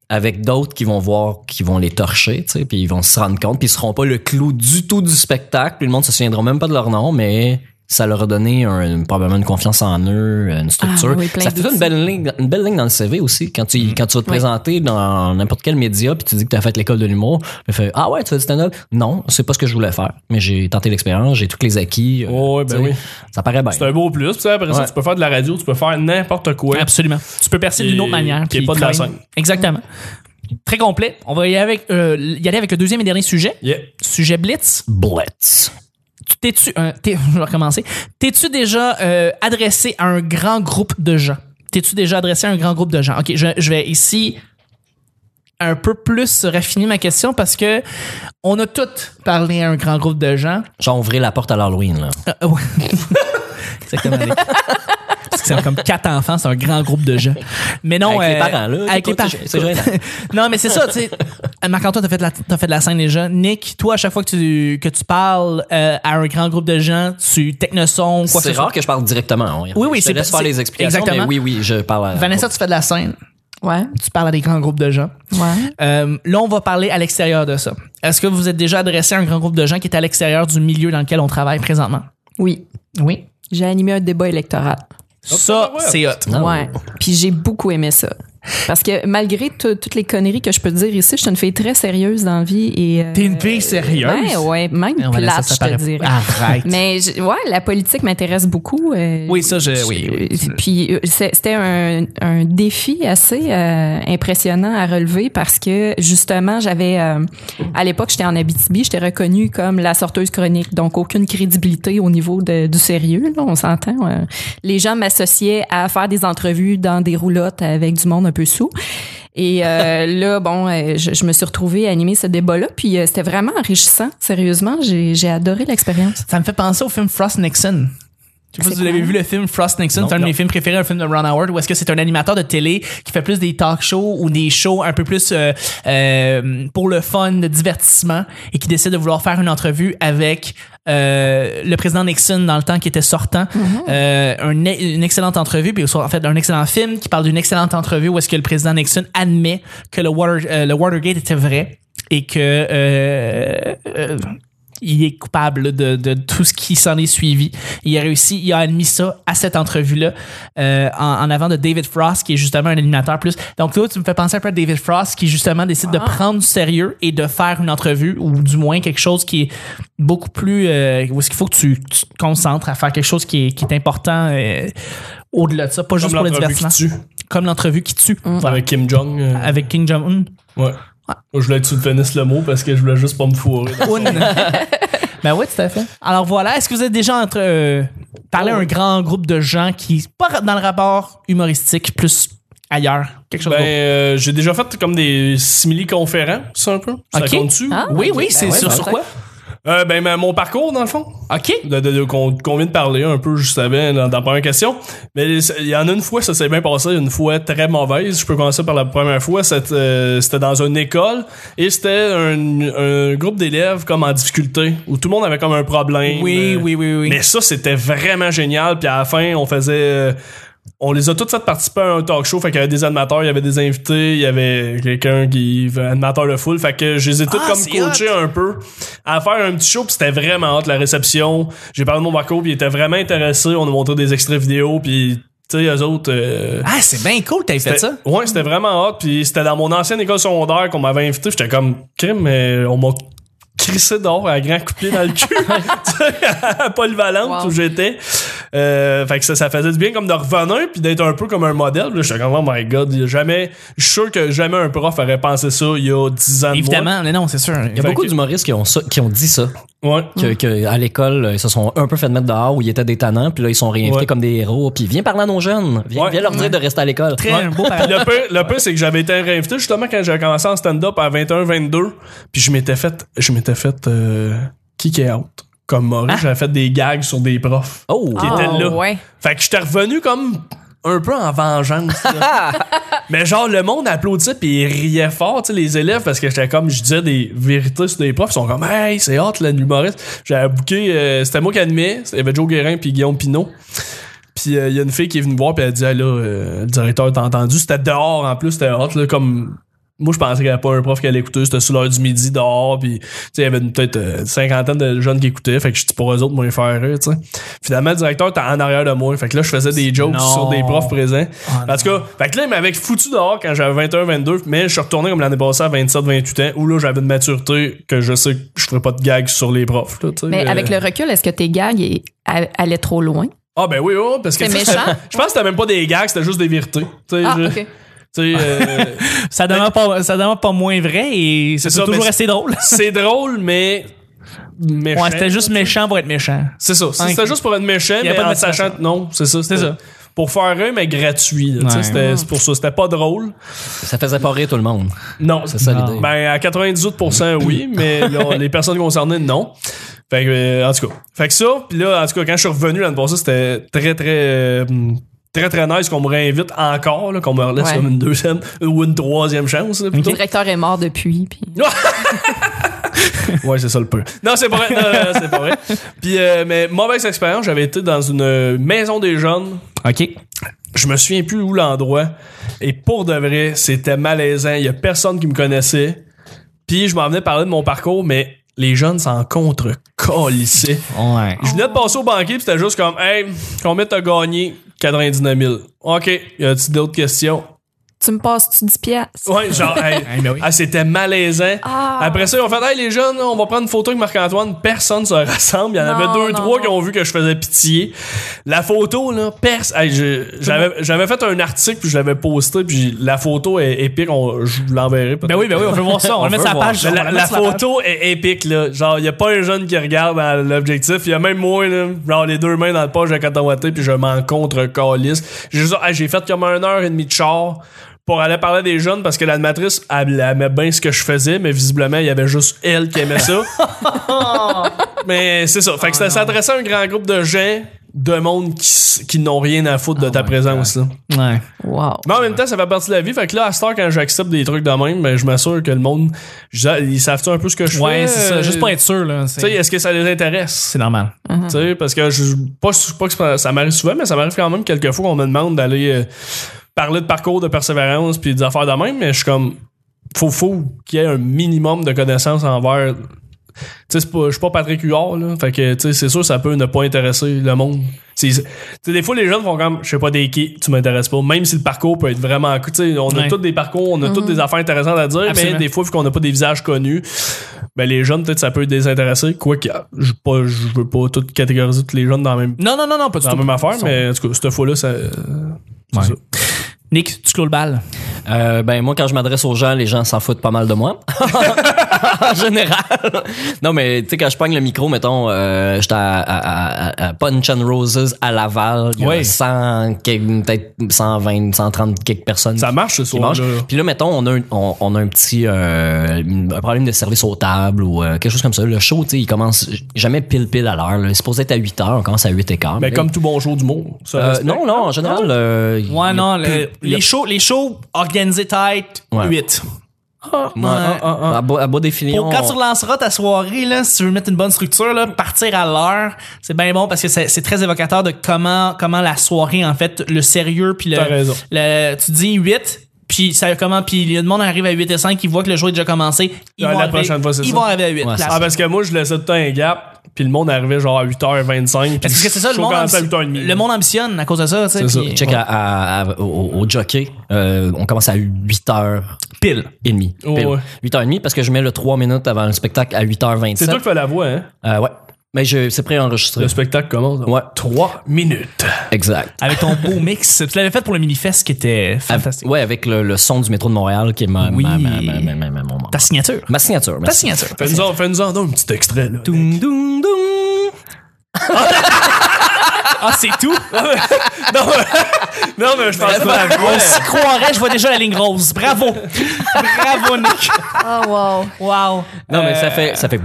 Speaker 2: avec d'autres qui vont voir, qui vont les torcher, tu sais, puis ils vont se rendre compte, puis ils seront pas le clou du tout du spectacle. Puis le monde se souviendra même pas de leur nom, mais ça leur a donné un- probablement une confiance en eux, une structure.
Speaker 4: Ah oui, plein
Speaker 2: ça fait
Speaker 4: d'outils.
Speaker 2: une belle, ligne, une belle ligne dans le CV aussi. Quand tu, quand tu vas te
Speaker 4: Oui.
Speaker 2: présenter dans n'importe quel média puis tu dis que tu as fait l'école de l'humour, tu fais Ah ouais, tu fais du stand-up Non, c'est pas ce que je voulais faire. Mais j'ai tenté l'expérience, j'ai tous les acquis. euh,
Speaker 3: Oh, ouais, ben
Speaker 2: tu sais,
Speaker 3: oui.
Speaker 2: Ça paraît bien.
Speaker 3: C'est un beau plus, puis après ça,
Speaker 2: Ouais.
Speaker 3: tu peux faire de la radio, tu peux faire n'importe quoi.
Speaker 1: Absolument. Tu peux percer d'une
Speaker 3: Et-
Speaker 1: autre manière.
Speaker 3: qui est
Speaker 1: puis
Speaker 3: pas de la
Speaker 1: travailler.
Speaker 3: scène.
Speaker 1: Exactement. Très complet. On va y, aller avec, euh, y aller avec le deuxième et dernier sujet.
Speaker 3: Yeah.
Speaker 1: Sujet Blitz.
Speaker 2: Blitz.
Speaker 1: Tu T'es-tu, euh, t'es- je vais recommencer. T'es-tu déjà euh, adressé à un grand groupe de gens? T'es-tu déjà adressé à un grand groupe de gens? Ok, je, je vais ici un peu plus raffiner ma question parce que on a toutes parlé à un grand groupe de gens.
Speaker 2: Genre, ouvrir la porte à l'Halloween, là.
Speaker 1: Euh, ouais. Exactement. Nick. Parce que c'est comme quatre enfants, c'est un grand groupe de gens. Mais non,
Speaker 2: Avec les
Speaker 1: euh,
Speaker 2: parents, là.
Speaker 1: Avec les
Speaker 2: Écoute,
Speaker 1: parents.
Speaker 2: c'est- c'est gênant.
Speaker 1: non, mais c'est ça, tu sais. Euh, Marc-Antoine, t'as fait, de la- t'as fait de la scène déjà. Nick, toi, à chaque fois que tu, que tu parles euh, à un grand groupe de gens, tu technosons, quoi que
Speaker 2: C'est
Speaker 1: ce soit.
Speaker 2: rare que je parle directement. hein.
Speaker 1: Oui, oui,
Speaker 2: je
Speaker 1: c'est-
Speaker 2: te laisse faire
Speaker 1: c'est-
Speaker 2: les explications.
Speaker 1: exactement.
Speaker 2: mais oui, oui, je parle à.
Speaker 1: Vanessa, tu fais de la scène.
Speaker 4: Ouais,
Speaker 1: Tu parles à des grands groupes de gens.
Speaker 4: ouais.
Speaker 1: Euh, là, on va parler à l'extérieur de ça. Est-ce que vous êtes déjà adressé à un grand groupe de gens qui est à l'extérieur du milieu dans lequel on travaille présentement?
Speaker 4: Oui.
Speaker 1: Oui.
Speaker 4: J'ai animé un débat électoral.
Speaker 1: Ça,
Speaker 2: Oh,
Speaker 3: ouais.
Speaker 1: c'est hot.
Speaker 2: Non.
Speaker 4: Ouais. Puis j'ai beaucoup aimé ça. Parce que malgré tout- toutes les conneries que je peux dire ici, je suis une fille très sérieuse dans la vie et. euh,
Speaker 1: T'es une fille sérieuse?
Speaker 4: Ben Ouais, ouais, même
Speaker 1: On va laisser
Speaker 4: plate,
Speaker 1: ça Ah,
Speaker 4: je te
Speaker 1: paraître.
Speaker 4: dirais.
Speaker 1: Arrête.
Speaker 4: Mais je- ouais, la politique m'intéresse beaucoup. euh,
Speaker 1: Oui, ça, je- oui, oui.
Speaker 4: je- Puis euh, c'est- c'était un, un défi assez euh, impressionnant à relever parce que justement, j'avais euh, à l'époque, j'étais en Abitibi, j'étais reconnue comme la sorteuse chronique, donc aucune crédibilité au niveau de- du sérieux. Là, on s'entend. euh. Les gens m'associaient à faire des entrevues dans des roulottes avec du monde un peu sous. Et euh, là, bon, euh, je, je me suis retrouvée à animer ce débat-là, puis euh, c'était vraiment enrichissant. Sérieusement, j'ai j'ai adoré l'expérience.
Speaker 1: Ça me fait penser au film Frost Nixon. Je sais pas
Speaker 4: C'est
Speaker 1: si vous avez
Speaker 4: quoi?
Speaker 1: vu le film Frost Nixon, c'est un de mes films préférés, un film de Ron Howard, où est-ce que c'est un animateur de télé qui fait plus des talk shows ou des shows un peu plus euh, euh, pour le fun, de divertissement, et qui décide de vouloir faire une entrevue avec euh, le président Nixon dans le temps qui était sortant.
Speaker 4: Mm-hmm.
Speaker 1: Euh, un e- une excellente entrevue, puis en fait un excellent film qui parle d'une excellente entrevue où est-ce que le président Nixon admet que le, Water- euh, le Watergate était vrai et que... euh, euh, il est coupable là, de, de tout ce qui s'en est suivi. Il a réussi, il a admis ça à cette entrevue-là euh, en, en avant de David Frost, qui est justement un animateur plus. Donc là, tu me fais penser un peu à David Frost, qui justement décide de prendre du sérieux et de faire une entrevue, ou du moins quelque chose qui est beaucoup plus... Euh, où est-ce qu'il faut que tu, tu te concentres à faire quelque chose qui est, qui est important euh, au-delà de ça, pas juste pour
Speaker 3: Comme
Speaker 1: Mm. le
Speaker 3: l'entrevue qui
Speaker 1: divertissement.
Speaker 3: tue
Speaker 1: Comme l'entrevue qui tue. Voilà.
Speaker 3: avec Kim Jong. euh,
Speaker 1: Avec King Jong-un.
Speaker 3: Ouais. Moi, je voulais que tu finisses le mot parce que je voulais juste pas me fourrer.
Speaker 1: ben oui, tout à fait. Alors voilà, est-ce que vous êtes déjà entre euh, parler à un grand groupe de gens qui pas dans le rapport humoristique, plus ailleurs, quelque chose
Speaker 3: Ben,
Speaker 1: d'autre?
Speaker 3: euh, j'ai déjà fait comme des simili-conférents, ça un peu. Ça
Speaker 1: Ok.
Speaker 3: compte-tu?
Speaker 4: Ah,
Speaker 1: Oui,
Speaker 4: ok.
Speaker 1: oui, c'est
Speaker 2: ouais,
Speaker 1: sur,
Speaker 2: ben
Speaker 1: sur
Speaker 4: ouais.
Speaker 1: quoi?
Speaker 3: Euh, ben, ben, mon parcours, dans le fond.
Speaker 1: OK.
Speaker 3: de, de- de- qu'on qu'on vient de parler un peu, je savais, dans, dans la première question. Mais c'est- il y en a une fois, ça s'est bien passé, une fois très mauvaise. Je peux commencer par la première fois. C'était euh, c'était dans une école et c'était un, un groupe d'élèves comme en difficulté, où tout le monde avait comme un problème.
Speaker 1: Oui,
Speaker 3: Euh,
Speaker 1: oui, oui, oui.
Speaker 3: Mais ça, c'était vraiment génial. Puis à la fin, on faisait... euh, on les a toutes fait participer à un talk show. Fait qu'il y avait des animateurs, il y avait des invités, il y avait quelqu'un qui animateur de foule. Fait que je les ai toutes
Speaker 1: Ah,
Speaker 3: comme
Speaker 1: c'est
Speaker 3: coachés un peu à faire un petit show. Puis c'était vraiment hâte la réception. J'ai parlé de mon parcours, puis ils étaient vraiment intéressés. On a montré des extraits vidéo, puis tu sais, eux autres. euh,
Speaker 1: Ah, c'est bien cool, t'as fait
Speaker 3: c'était-
Speaker 1: ça.
Speaker 3: Ouais, c'était vraiment hot. Puis c'était dans mon ancienne école secondaire qu'on m'avait invité. J'étais comme, crime, mais on m'a crissé dehors à grand coup de pied dans le cul. Tu sais, à Polyvalente
Speaker 4: Wow.
Speaker 3: où j'étais. Euh, fait que ça, ça faisait du bien comme de revenir puis d'être un peu comme un modèle. Puis là, J'étais comme, oh my god, il y a jamais, je suis sûr que jamais un prof aurait pensé ça il y a 10 ans. de
Speaker 1: Évidemment, mais non, c'est sûr.
Speaker 2: Il y a
Speaker 3: Fait
Speaker 2: beaucoup
Speaker 3: que-
Speaker 2: d'humoristes qui ont, ça- qui ont dit ça.
Speaker 3: moi.
Speaker 2: Que,
Speaker 3: Ouais.
Speaker 2: que à l'école, euh, ils se sont un peu fait mettre dehors où ils étaient des tannants, puis là, ils sont réinvités
Speaker 3: Ouais.
Speaker 2: comme des héros, puis viens parler à nos jeunes, viens,
Speaker 3: Ouais.
Speaker 2: viens leur dire de rester à l'école.
Speaker 1: Très un beau
Speaker 3: Puis
Speaker 1: parallèle.
Speaker 3: le pire, le pire, c'est que j'avais été réinvité justement quand j'avais commencé en stand-up à 21-22. Puis je m'étais fait, je m'étais fait euh, kick out. Comme Maurice, j'avais fait des gags sur des profs.
Speaker 2: Oh!
Speaker 3: Qui
Speaker 4: Ah,
Speaker 3: étaient là.
Speaker 4: ouais.
Speaker 3: Fait que j'étais revenu comme un peu en vengeance. là. Mais genre, le monde applaudissait puis il riait fort, tu sais, les élèves, parce que j'étais comme, je disais des vérités sur des profs, ils sont comme, hey, c'est hot, là, l'humoriste. J'avais booké, euh, c'était moi qui animais, il y avait Joe Guérin puis Guillaume Pinot. Puis euh, il y a une fille qui est venue me voir puis elle dit, Ah, là, euh, le directeur t'a entendu, c'était dehors en plus, c'était hot, là, comme. Moi, je pensais qu'il n'y avait pas un prof qui allait écouter, c'était sous l'heure du midi dehors, puis tu sais, il y avait une- peut-être euh, une cinquantaine de jeunes qui écoutaient, fait que je dis pour eux autres, moi, les faire rire, tu sais. Finalement, le directeur était en arrière de moi, fait que là, je faisais des jokes
Speaker 1: Non.
Speaker 3: sur des profs présents.
Speaker 1: Ah,
Speaker 3: en tout cas, fait que là, il m'avait foutu dehors quand j'avais 21-22, mais je suis retourné comme l'année passée à 27-28 ans, où là, j'avais une maturité que je sais que je ferais pas de gags sur les profs, là, tu sais.
Speaker 4: Mais
Speaker 3: Euh,
Speaker 4: avec le recul, est-ce que tes gags eh, a- allaient trop loin?
Speaker 3: Ah ben oui, oui, parce que ça,
Speaker 4: C'était
Speaker 3: c'était-
Speaker 4: méchant?
Speaker 3: je pense que c'était même pas des gags, c'était juste des vérités. Tu sais,
Speaker 4: Ah,
Speaker 3: je-
Speaker 4: ok.
Speaker 3: Tu sais, euh,
Speaker 1: Ça demeure pas, ça demeure pas moins vrai et
Speaker 3: C'est
Speaker 1: c'est
Speaker 3: ça,
Speaker 1: toujours
Speaker 3: mais
Speaker 1: assez drôle.
Speaker 3: c'est drôle, mais. méchant.
Speaker 1: Ouais, c'était juste méchant pour être méchant.
Speaker 3: C'est ça. C'est- C'était
Speaker 1: Ok.
Speaker 3: juste pour être méchant,
Speaker 1: Il y a
Speaker 3: mais
Speaker 1: pas de
Speaker 3: en
Speaker 1: motivation.
Speaker 3: sachant. Non, c'est ça. C'était
Speaker 1: ça.
Speaker 3: Pour faire rire, mais gratuit. là, tu sais,
Speaker 1: Ouais.
Speaker 3: c'était- C'est pour ça. C'était pas drôle.
Speaker 2: Ça faisait pas rire tout le monde.
Speaker 3: Non.
Speaker 2: C'est ça
Speaker 1: Non.
Speaker 2: l'idée.
Speaker 3: Ben, à 98%, oui, mais là, les personnes concernées, non. Fait que, euh, en tout cas. Fait que ça, puis là, en tout cas, quand je suis revenu l'année passée, c'était très, très. euh, Très très nice qu'on me réinvite encore, là, qu'on me relaisse
Speaker 4: Ouais.
Speaker 3: comme une deuxième ou une troisième chance. là,
Speaker 4: Le
Speaker 3: plutôt.
Speaker 4: directeur est mort depuis. Puis...
Speaker 3: Ouais, c'est ça le peu. Non, c'est pas vrai. Non, non, non, c'est pas vrai. Puis, euh, mais mauvaise expérience, j'avais été dans une maison des jeunes.
Speaker 1: OK.
Speaker 3: Je me souviens plus où l'endroit. Et pour de vrai, c'était malaisant. Il y a personne qui me connaissait. Puis, je m'en venais parler de mon parcours, mais les jeunes s'en contre-colissaient.
Speaker 1: Ouais.
Speaker 3: Je venais de passer au banquier, puis c'était juste comme, hey, combien t'as gagné? 99 000. OK. Y a-tu d'autres questions?
Speaker 4: Tu me passes-tu 10 piastres?
Speaker 3: Ouais, genre, hey.
Speaker 1: Hey, ben oui.
Speaker 3: Ah, c'était malaisant.
Speaker 4: Ah.
Speaker 3: Après ça, ils ont fait Hey, les jeunes, on va prendre une photo avec Marc-Antoine. Personne se rassemble. Il y en
Speaker 4: Non,
Speaker 3: avait deux,
Speaker 4: non,
Speaker 3: trois
Speaker 4: non.
Speaker 3: qui ont vu que je faisais pitié. La photo, là, perce. Hey, je- j'avais, j'avais fait un article, puis je l'avais posté, puis la photo est épique. On- je vous l'enverrai peut-être.
Speaker 1: Ben oui, ben oui, on peut voir ça. On,
Speaker 2: On
Speaker 1: le met
Speaker 2: veut
Speaker 1: sur la
Speaker 2: voir
Speaker 1: page.
Speaker 3: Mais
Speaker 1: on
Speaker 3: la,
Speaker 1: le met
Speaker 3: la
Speaker 1: sur page.
Speaker 3: photo est épique, là. Genre, il a pas un jeune qui regarde à l'objectif. Il y a même moi, là, genre, les deux mains dans le poche de coton watté, puis je m'en contre calice. J'ai juste- hey, ah, j'ai fait comme un heure et demie de char pour aller parler des jeunes parce que l'animatrice, elle, elle aimait bien ce que je faisais, mais visiblement, il y avait juste elle qui aimait ça. mais c'est ça. Fait que ça s'adressait à un grand groupe de gens, de monde qui, s- qui n'ont rien à foutre de ta présence, là.
Speaker 1: Ouais.
Speaker 4: Wow.
Speaker 3: Mais en même temps, ça fait partie de la vie. Fait que là, à cette heure, quand j'accepte des trucs de même, ben, je m'assure que le monde, je dis, ils savent un peu ce que je fais?
Speaker 1: Ouais, c'est Euh, ça. Juste pour être sûr, là.
Speaker 3: Tu sais,
Speaker 1: C'est
Speaker 3: est-ce que ça les intéresse?
Speaker 1: c'est normal.
Speaker 3: Tu sais, parce que je, pas, pas que ça- ça m'arrive souvent, mais ça m'arrive quand même quelques fois qu'on me demande d'aller euh, parler de parcours, de persévérance, puis des affaires de même, mais je suis comme, faut, faut qu'il y ait un minimum de connaissances envers. Tu sais, c'est pas- je suis pas Patrick Huard, là. Fait que, tu sais, c'est sûr, ça peut ne pas intéresser le monde. C'est- Tu sais, des fois, les jeunes font comme, je sais pas, des qui, tu m'intéresses pas. Même si le parcours peut être vraiment. Tu sais, on a
Speaker 1: Ouais.
Speaker 3: tous des parcours, on a toutes des affaires intéressantes à dire,
Speaker 1: Absolument.
Speaker 3: mais des fois, vu qu'on n'a pas des visages connus, ben, les jeunes, peut-être, ça peut les intéresser. Quoique, je pas- je veux pas tout catégoriser tous les jeunes dans la même,
Speaker 1: Non, non, non, non, pas du
Speaker 3: dans la
Speaker 1: tout.
Speaker 3: même affaire, mais en tout cas, cette fois-là, ça. euh, c'est
Speaker 1: Ouais.
Speaker 3: ça.
Speaker 1: Nick, tu clôt le bal.
Speaker 2: Euh, ben moi quand je m'adresse aux gens, les gens s'en foutent pas mal de moi. en général. Non mais tu sais quand je pogne le micro, mettons, euh, j'étais à, à, à- à Punch and Roses à Laval, il y a
Speaker 1: Oui.
Speaker 2: 100 quelques- peut-être 120 130 quelques personnes.
Speaker 3: Ça marche, ce
Speaker 2: qui
Speaker 3: soir.
Speaker 2: mangent. Puis là, mettons, on a un, on, on a un petit euh, un problème de service aux tables ou euh, quelque chose comme ça. Le show, tu sais, il commence jamais pile-pile à l'heure. là. Il est supposé être à 8 heures, on commence à 8 et quart.
Speaker 3: Mais
Speaker 2: Là,
Speaker 3: Ben, comme tout bon jour du monde. ça
Speaker 2: euh,
Speaker 3: respecte.
Speaker 2: non, non, en général. euh, il-
Speaker 1: Ouais, non,
Speaker 2: il y a
Speaker 1: le-
Speaker 2: plus- il y a-
Speaker 1: les, shows, les shows organisés tight,
Speaker 2: Ouais.
Speaker 1: 8.
Speaker 2: Ouais,
Speaker 1: Ouais.
Speaker 2: ah, ah, ah. À bas, à bas des filions,
Speaker 1: Pour quand tu
Speaker 2: on-
Speaker 1: relanceras ta soirée, là, si tu veux mettre une bonne structure, là, partir à l'heure, c'est bien bon parce que c'est c'est très évocateur de comment, comment la soirée, en fait, le sérieux, puis le,
Speaker 3: T'as raison.
Speaker 1: le- Tu dis 8, puis ça comment, puis le monde arrive à 8 et 5, ils voient que le jeu est déjà commencé. Ils,
Speaker 3: Ouais,
Speaker 1: vont,
Speaker 3: Euh, la
Speaker 1: arriver,
Speaker 3: prochaine fois, c'est
Speaker 1: ils
Speaker 3: ça.
Speaker 1: vont arriver à 8.
Speaker 2: Ouais,
Speaker 1: La-
Speaker 3: Ah, parce que moi, je laissais tout le temps un gap, puis le monde arrivait genre à 8h25.
Speaker 1: parce que c'est ça, le monde, ambi- le monde ambitionne à cause de ça. tu sais,
Speaker 3: C'est ça.
Speaker 1: puis-
Speaker 2: Check à- à- à- au, au jockey, euh, on commence à 8h30.
Speaker 1: Pile.
Speaker 2: Pile.
Speaker 3: Ouais, ouais.
Speaker 2: 8h30 parce que je mets le 3 minutes avant le spectacle à 8h27.
Speaker 3: C'est toi qui fais la voix, hein?
Speaker 2: Euh, ouais. Mais je, c'est
Speaker 3: Le
Speaker 2: pré-enregistré.
Speaker 3: spectacle commence.
Speaker 2: Ouais.
Speaker 3: 3 minutes.
Speaker 2: Exact.
Speaker 1: Avec ton beau mix. Tu l'avais fait pour le mini-fest qui était fantastique.
Speaker 2: Ouais, avec le, le son du métro de Montréal qui est ma,
Speaker 1: Oui.
Speaker 2: ma, ma, ma, ma- ma- ma- mon-
Speaker 1: Ta signature.
Speaker 2: ma signature.
Speaker 1: Ta
Speaker 2: merci.
Speaker 1: signature.
Speaker 3: Fais-nous-en fais un petit extrait, là.
Speaker 1: Doum, doum, doum. ah, c'est tout?
Speaker 3: Non, mais- non, mais je pense pas à la voix.
Speaker 1: On s'y croirait, je vois déjà la ligne rose. Bravo! Bravo, Nick!
Speaker 4: Oh, wow.
Speaker 1: Wow!
Speaker 2: Non, mais ça fait.
Speaker 1: Euh.
Speaker 2: Ça fait...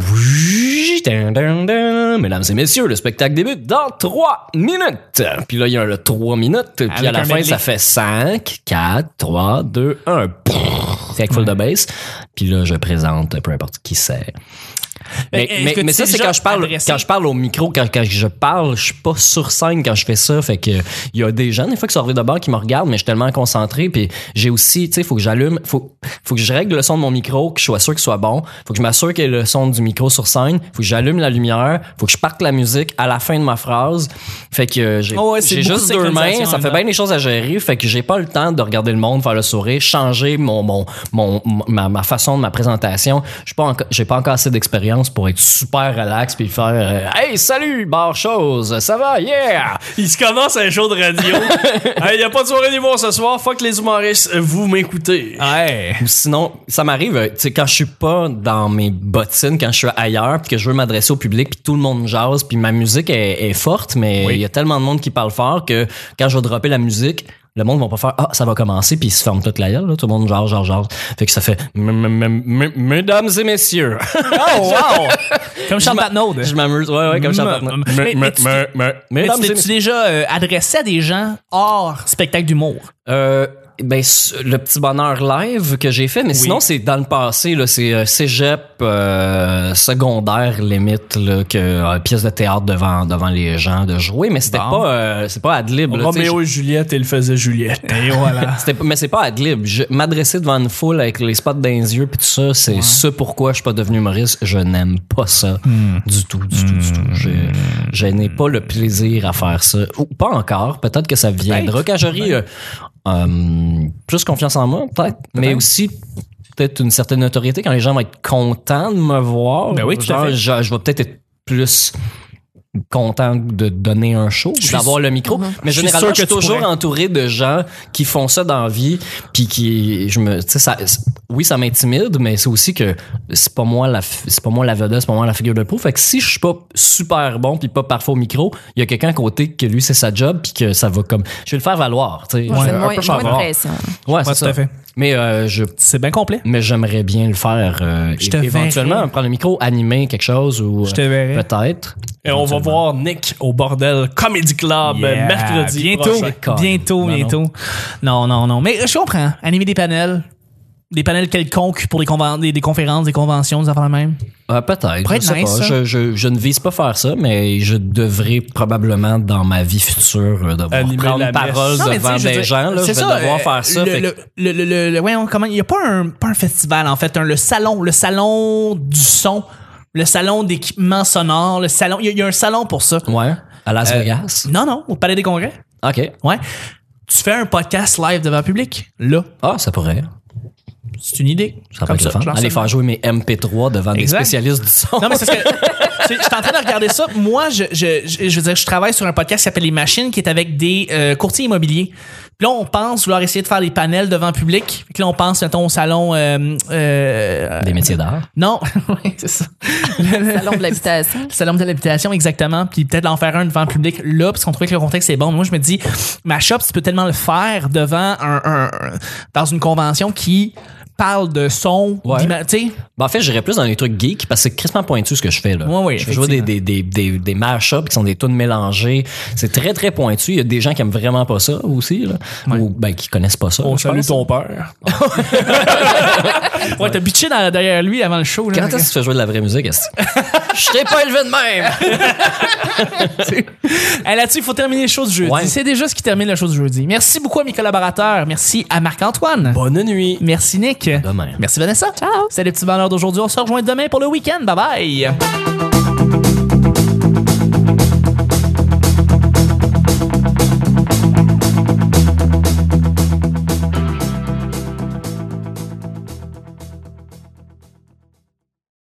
Speaker 2: Dun, dun, dun. Mesdames et messieurs, le spectacle débute dans 3 minutes. Puis là, il y a le 3 minutes. Puis
Speaker 1: Avec
Speaker 2: à la
Speaker 1: un
Speaker 2: fin,
Speaker 1: medley.
Speaker 2: ça fait 5, 4, 3, 2, 1. C'est avec full de bass. Puis là, je présente, peu importe qui c'est. Mais,
Speaker 1: est-ce
Speaker 2: mais,
Speaker 1: que
Speaker 2: mais
Speaker 1: tu
Speaker 2: ça,
Speaker 1: t'es
Speaker 2: c'est
Speaker 1: euh, déjà
Speaker 2: quand je parle
Speaker 1: adressé?
Speaker 2: quand je parle au micro, quand, quand je parle, je suis pas sur scène quand je fais ça. Fait que il y a des gens, des fois, qui sont arrivés de bord, qui me regardent, mais je suis tellement concentré. Puis j'ai aussi, tu sais, faut que j'allume, faut, faut que je règle le son de mon micro, que je sois sûr qu'il soit bon. Faut que je m'assure qu'il y ait le son du micro sur scène. Faut que j'allume la lumière. Faut que je parte la musique à la fin de ma phrase. Fait que euh, j'ai
Speaker 1: Ah ouais, c'est
Speaker 2: j'ai
Speaker 1: beaucoup de
Speaker 2: juste deux mains.
Speaker 1: synchronisation
Speaker 2: Ça
Speaker 1: en
Speaker 2: fait
Speaker 1: même temps.
Speaker 2: bien des choses à gérer. Fait que j'ai pas le temps de regarder le monde, faire le sourire, changer mon, mon, mon, ma, ma façon de ma présentation. Je suis pas enco- J'ai pas encore assez d'expérience ambiance pour être super relax puis faire euh, Hey, salut, bar chose, ça va, yeah!
Speaker 3: Il se commence un show de radio. Il n'y a pas de soirée d'humour ce soir. Fuck les humoristes. Vous m'écoutez.
Speaker 2: Ouais. Ou Sinon, ça m'arrive, euh, tu sais, quand je suis pas dans mes bottines, quand je suis ailleurs, puis que je veux m'adresser au public, puis tout le monde jase, puis ma musique est, est forte, mais il y a tellement de monde qui parle fort que quand je vais dropper la musique, le monde va pas faire ah ça va commencer puis ils se ferment toute la gueule là, tout le monde jase jase jase fait que ça fait M- m- m- m- mesdames et messieurs
Speaker 1: Oh, wow! Comme Charles Patnaud. hein.
Speaker 2: je m'amuse ouais ouais comme ça
Speaker 1: Mm, mm, Mais- mais tu- Mais
Speaker 2: mesdames
Speaker 1: tu
Speaker 2: et
Speaker 1: t'es-tu déjà euh, adressé à des gens hors spectacle d'humour?
Speaker 2: Euh, ben, s- le petit bonheur live que j'ai fait, mais sinon, c'est dans le passé, là, c'est euh, cégep euh, secondaire, limite, là, que euh, pièce de théâtre devant, devant les gens de jouer, mais c'était
Speaker 1: Bon.
Speaker 2: pas, euh, c'est pas ad lib. là, tu sais,
Speaker 3: Roméo et Juliette, il faisait Juliette.
Speaker 1: Et voilà.
Speaker 2: je- c'était pas- mais c'est pas ad lib. Je- M'adresser devant une foule avec les spots dans les yeux puis tout ça, c'est ce pourquoi je suis pas devenu humoriste. Je n'aime pas ça
Speaker 1: Hmm.
Speaker 2: du tout, du tout, du tout. Je, je n'ai pas le plaisir à faire ça. Ou pas encore. Peut-être que ça viendra quand j'aurai euh, euh, plus confiance en moi, peut-être. Mais aussi peut-être une certaine notoriété quand les gens vont être contents de me voir.
Speaker 1: Ben oui, tout à
Speaker 2: Genre,
Speaker 1: fait.
Speaker 2: Je, je vais peut-être être plus content de donner un show,
Speaker 1: suis
Speaker 2: d'avoir le micro. Mais
Speaker 1: Je suis sûr
Speaker 2: généralement, je suis
Speaker 1: que tu
Speaker 2: toujours
Speaker 1: pourrais.
Speaker 2: entouré de gens qui font ça dans la vie, puis qui, je me, tu sais, ça, c'est- oui, ça m'intimide, mais c'est aussi que c'est pas moi la, fi- c'est pas moi la vedette, c'est pas moi la figure de proue. Fait que si je suis pas super bon puis pas parfait au micro, il y a quelqu'un à côté que lui c'est sa job puis que ça va comme, je vais le faire valoir, tu sais.
Speaker 4: Ouais,
Speaker 2: Je vais
Speaker 4: c'est
Speaker 2: un
Speaker 4: moins,
Speaker 2: peu faire
Speaker 4: moins de
Speaker 2: valoir.
Speaker 4: pression.
Speaker 2: Ouais, c'est
Speaker 1: Ouais, tout
Speaker 2: ça.
Speaker 1: à fait.
Speaker 2: Mais euh, je
Speaker 1: C'est bien complet.
Speaker 2: mais j'aimerais bien le faire euh,
Speaker 1: Je te
Speaker 2: éventuellement
Speaker 1: verrai.
Speaker 2: prendre le micro animer quelque chose ou
Speaker 1: Je te
Speaker 2: euh,
Speaker 1: verrai.
Speaker 2: peut-être
Speaker 3: Et on va voir Nick au Bordel Comedy Club
Speaker 1: Yeah,
Speaker 3: Ben, mercredi
Speaker 1: bientôt,
Speaker 3: prochain.
Speaker 2: prochain.
Speaker 1: Bientôt,
Speaker 2: Non, non.
Speaker 1: bientôt. Non, non, non. Mais euh, je comprends. Animer des panels. Des panels quelconques pour des, conven- des, des conférences, des conventions, des affaires de même.
Speaker 2: Euh, peut-être
Speaker 1: Pourrait
Speaker 2: je
Speaker 1: être
Speaker 2: sais
Speaker 1: nice,
Speaker 2: pas
Speaker 1: ça.
Speaker 2: je, je, je ne vise pas faire ça mais je devrais probablement dans ma vie future euh, devoir
Speaker 3: Animer
Speaker 2: prendre
Speaker 3: la
Speaker 2: parole
Speaker 3: messe.
Speaker 1: Non, mais tu sais,
Speaker 2: devant
Speaker 1: je veux
Speaker 2: des
Speaker 1: dire,
Speaker 2: gens là, je
Speaker 1: c'est
Speaker 2: vais
Speaker 1: ça,
Speaker 2: devoir
Speaker 1: euh,
Speaker 2: faire ça
Speaker 1: Le,
Speaker 2: fait que-
Speaker 1: le, le, le, le- le- voyons, comment, il n'y a pas un, pas un festival, en fait, un, le salon, le salon du son, le salon d'équipement sonore, le salon, il y, a- il y a un salon pour ça.
Speaker 2: ouais à Las
Speaker 1: Euh,
Speaker 2: Vegas
Speaker 1: Non, non, au Palais des Congrès.
Speaker 2: ok
Speaker 1: Ouais. Tu fais un podcast live devant le public. Là,
Speaker 2: ah ça pourrait
Speaker 1: c'est une idée.
Speaker 2: ça
Speaker 1: Comme
Speaker 2: pourrait
Speaker 1: ça,
Speaker 2: être le
Speaker 1: je
Speaker 2: fun
Speaker 1: lance
Speaker 2: aller
Speaker 1: ça.
Speaker 2: faire jouer mes MP3 devant des
Speaker 1: Exact.
Speaker 2: spécialistes du son
Speaker 1: Non, mais c'est parce que. tu sais, Je suis en train de regarder ça. Moi, je, je, je, je veux dire, je travaille sur un podcast qui s'appelle Les Machines, qui est avec des euh, courtiers immobiliers. Puis là, on pense vouloir essayer de faire des panels devant public. Puis là, on pense, mettons, au salon. euh, euh,
Speaker 2: des métiers d'art
Speaker 1: non, oui, c'est ça. Le,
Speaker 4: Salon de l'habitation.
Speaker 1: le salon de l'habitation, exactement. Puis peut-être en faire un devant le public là, parce qu'on trouvait que le contexte est bon. Mais moi, je me dis, ma shop, tu peux tellement le faire devant un, un- un- dans une convention qui parle de son,
Speaker 2: Ouais.
Speaker 1: d'ima- tu sais.
Speaker 2: Ben, en fait, j'irais plus dans les trucs geeks parce que c'est crissement pointu ce que je fais. Là.
Speaker 1: Ouais, ouais,
Speaker 2: je joue des,
Speaker 1: effectivement.
Speaker 2: des, des, des, des mash-ups qui sont des tunes mélangées. C'est très, très pointu. Il y a des gens qui aiment vraiment pas ça aussi. Là. Ou ben, qui connaissent pas ça.
Speaker 3: On
Speaker 2: je
Speaker 3: salue
Speaker 2: pense.
Speaker 3: ton père.
Speaker 1: Ouais, t'as bitché dans- derrière lui avant le show. là.
Speaker 2: Quand est-ce que tu fais jouer de la vraie musique? est-ce que- je t'ai pas élevé de même!
Speaker 1: Hey, Là-dessus, il faut terminer les choses du jeudi.
Speaker 2: Ouais.
Speaker 1: C'est déjà ce qui termine la chose du jeudi. Merci beaucoup à mes collaborateurs. Merci à Marc-Antoine.
Speaker 3: Bonne nuit.
Speaker 1: Merci Nick.
Speaker 2: Demain.
Speaker 1: Merci Vanessa.
Speaker 4: Ciao.
Speaker 1: C'est les petits bonheurs d'aujourd'hui. On se rejoint demain pour le week-end. Bye bye.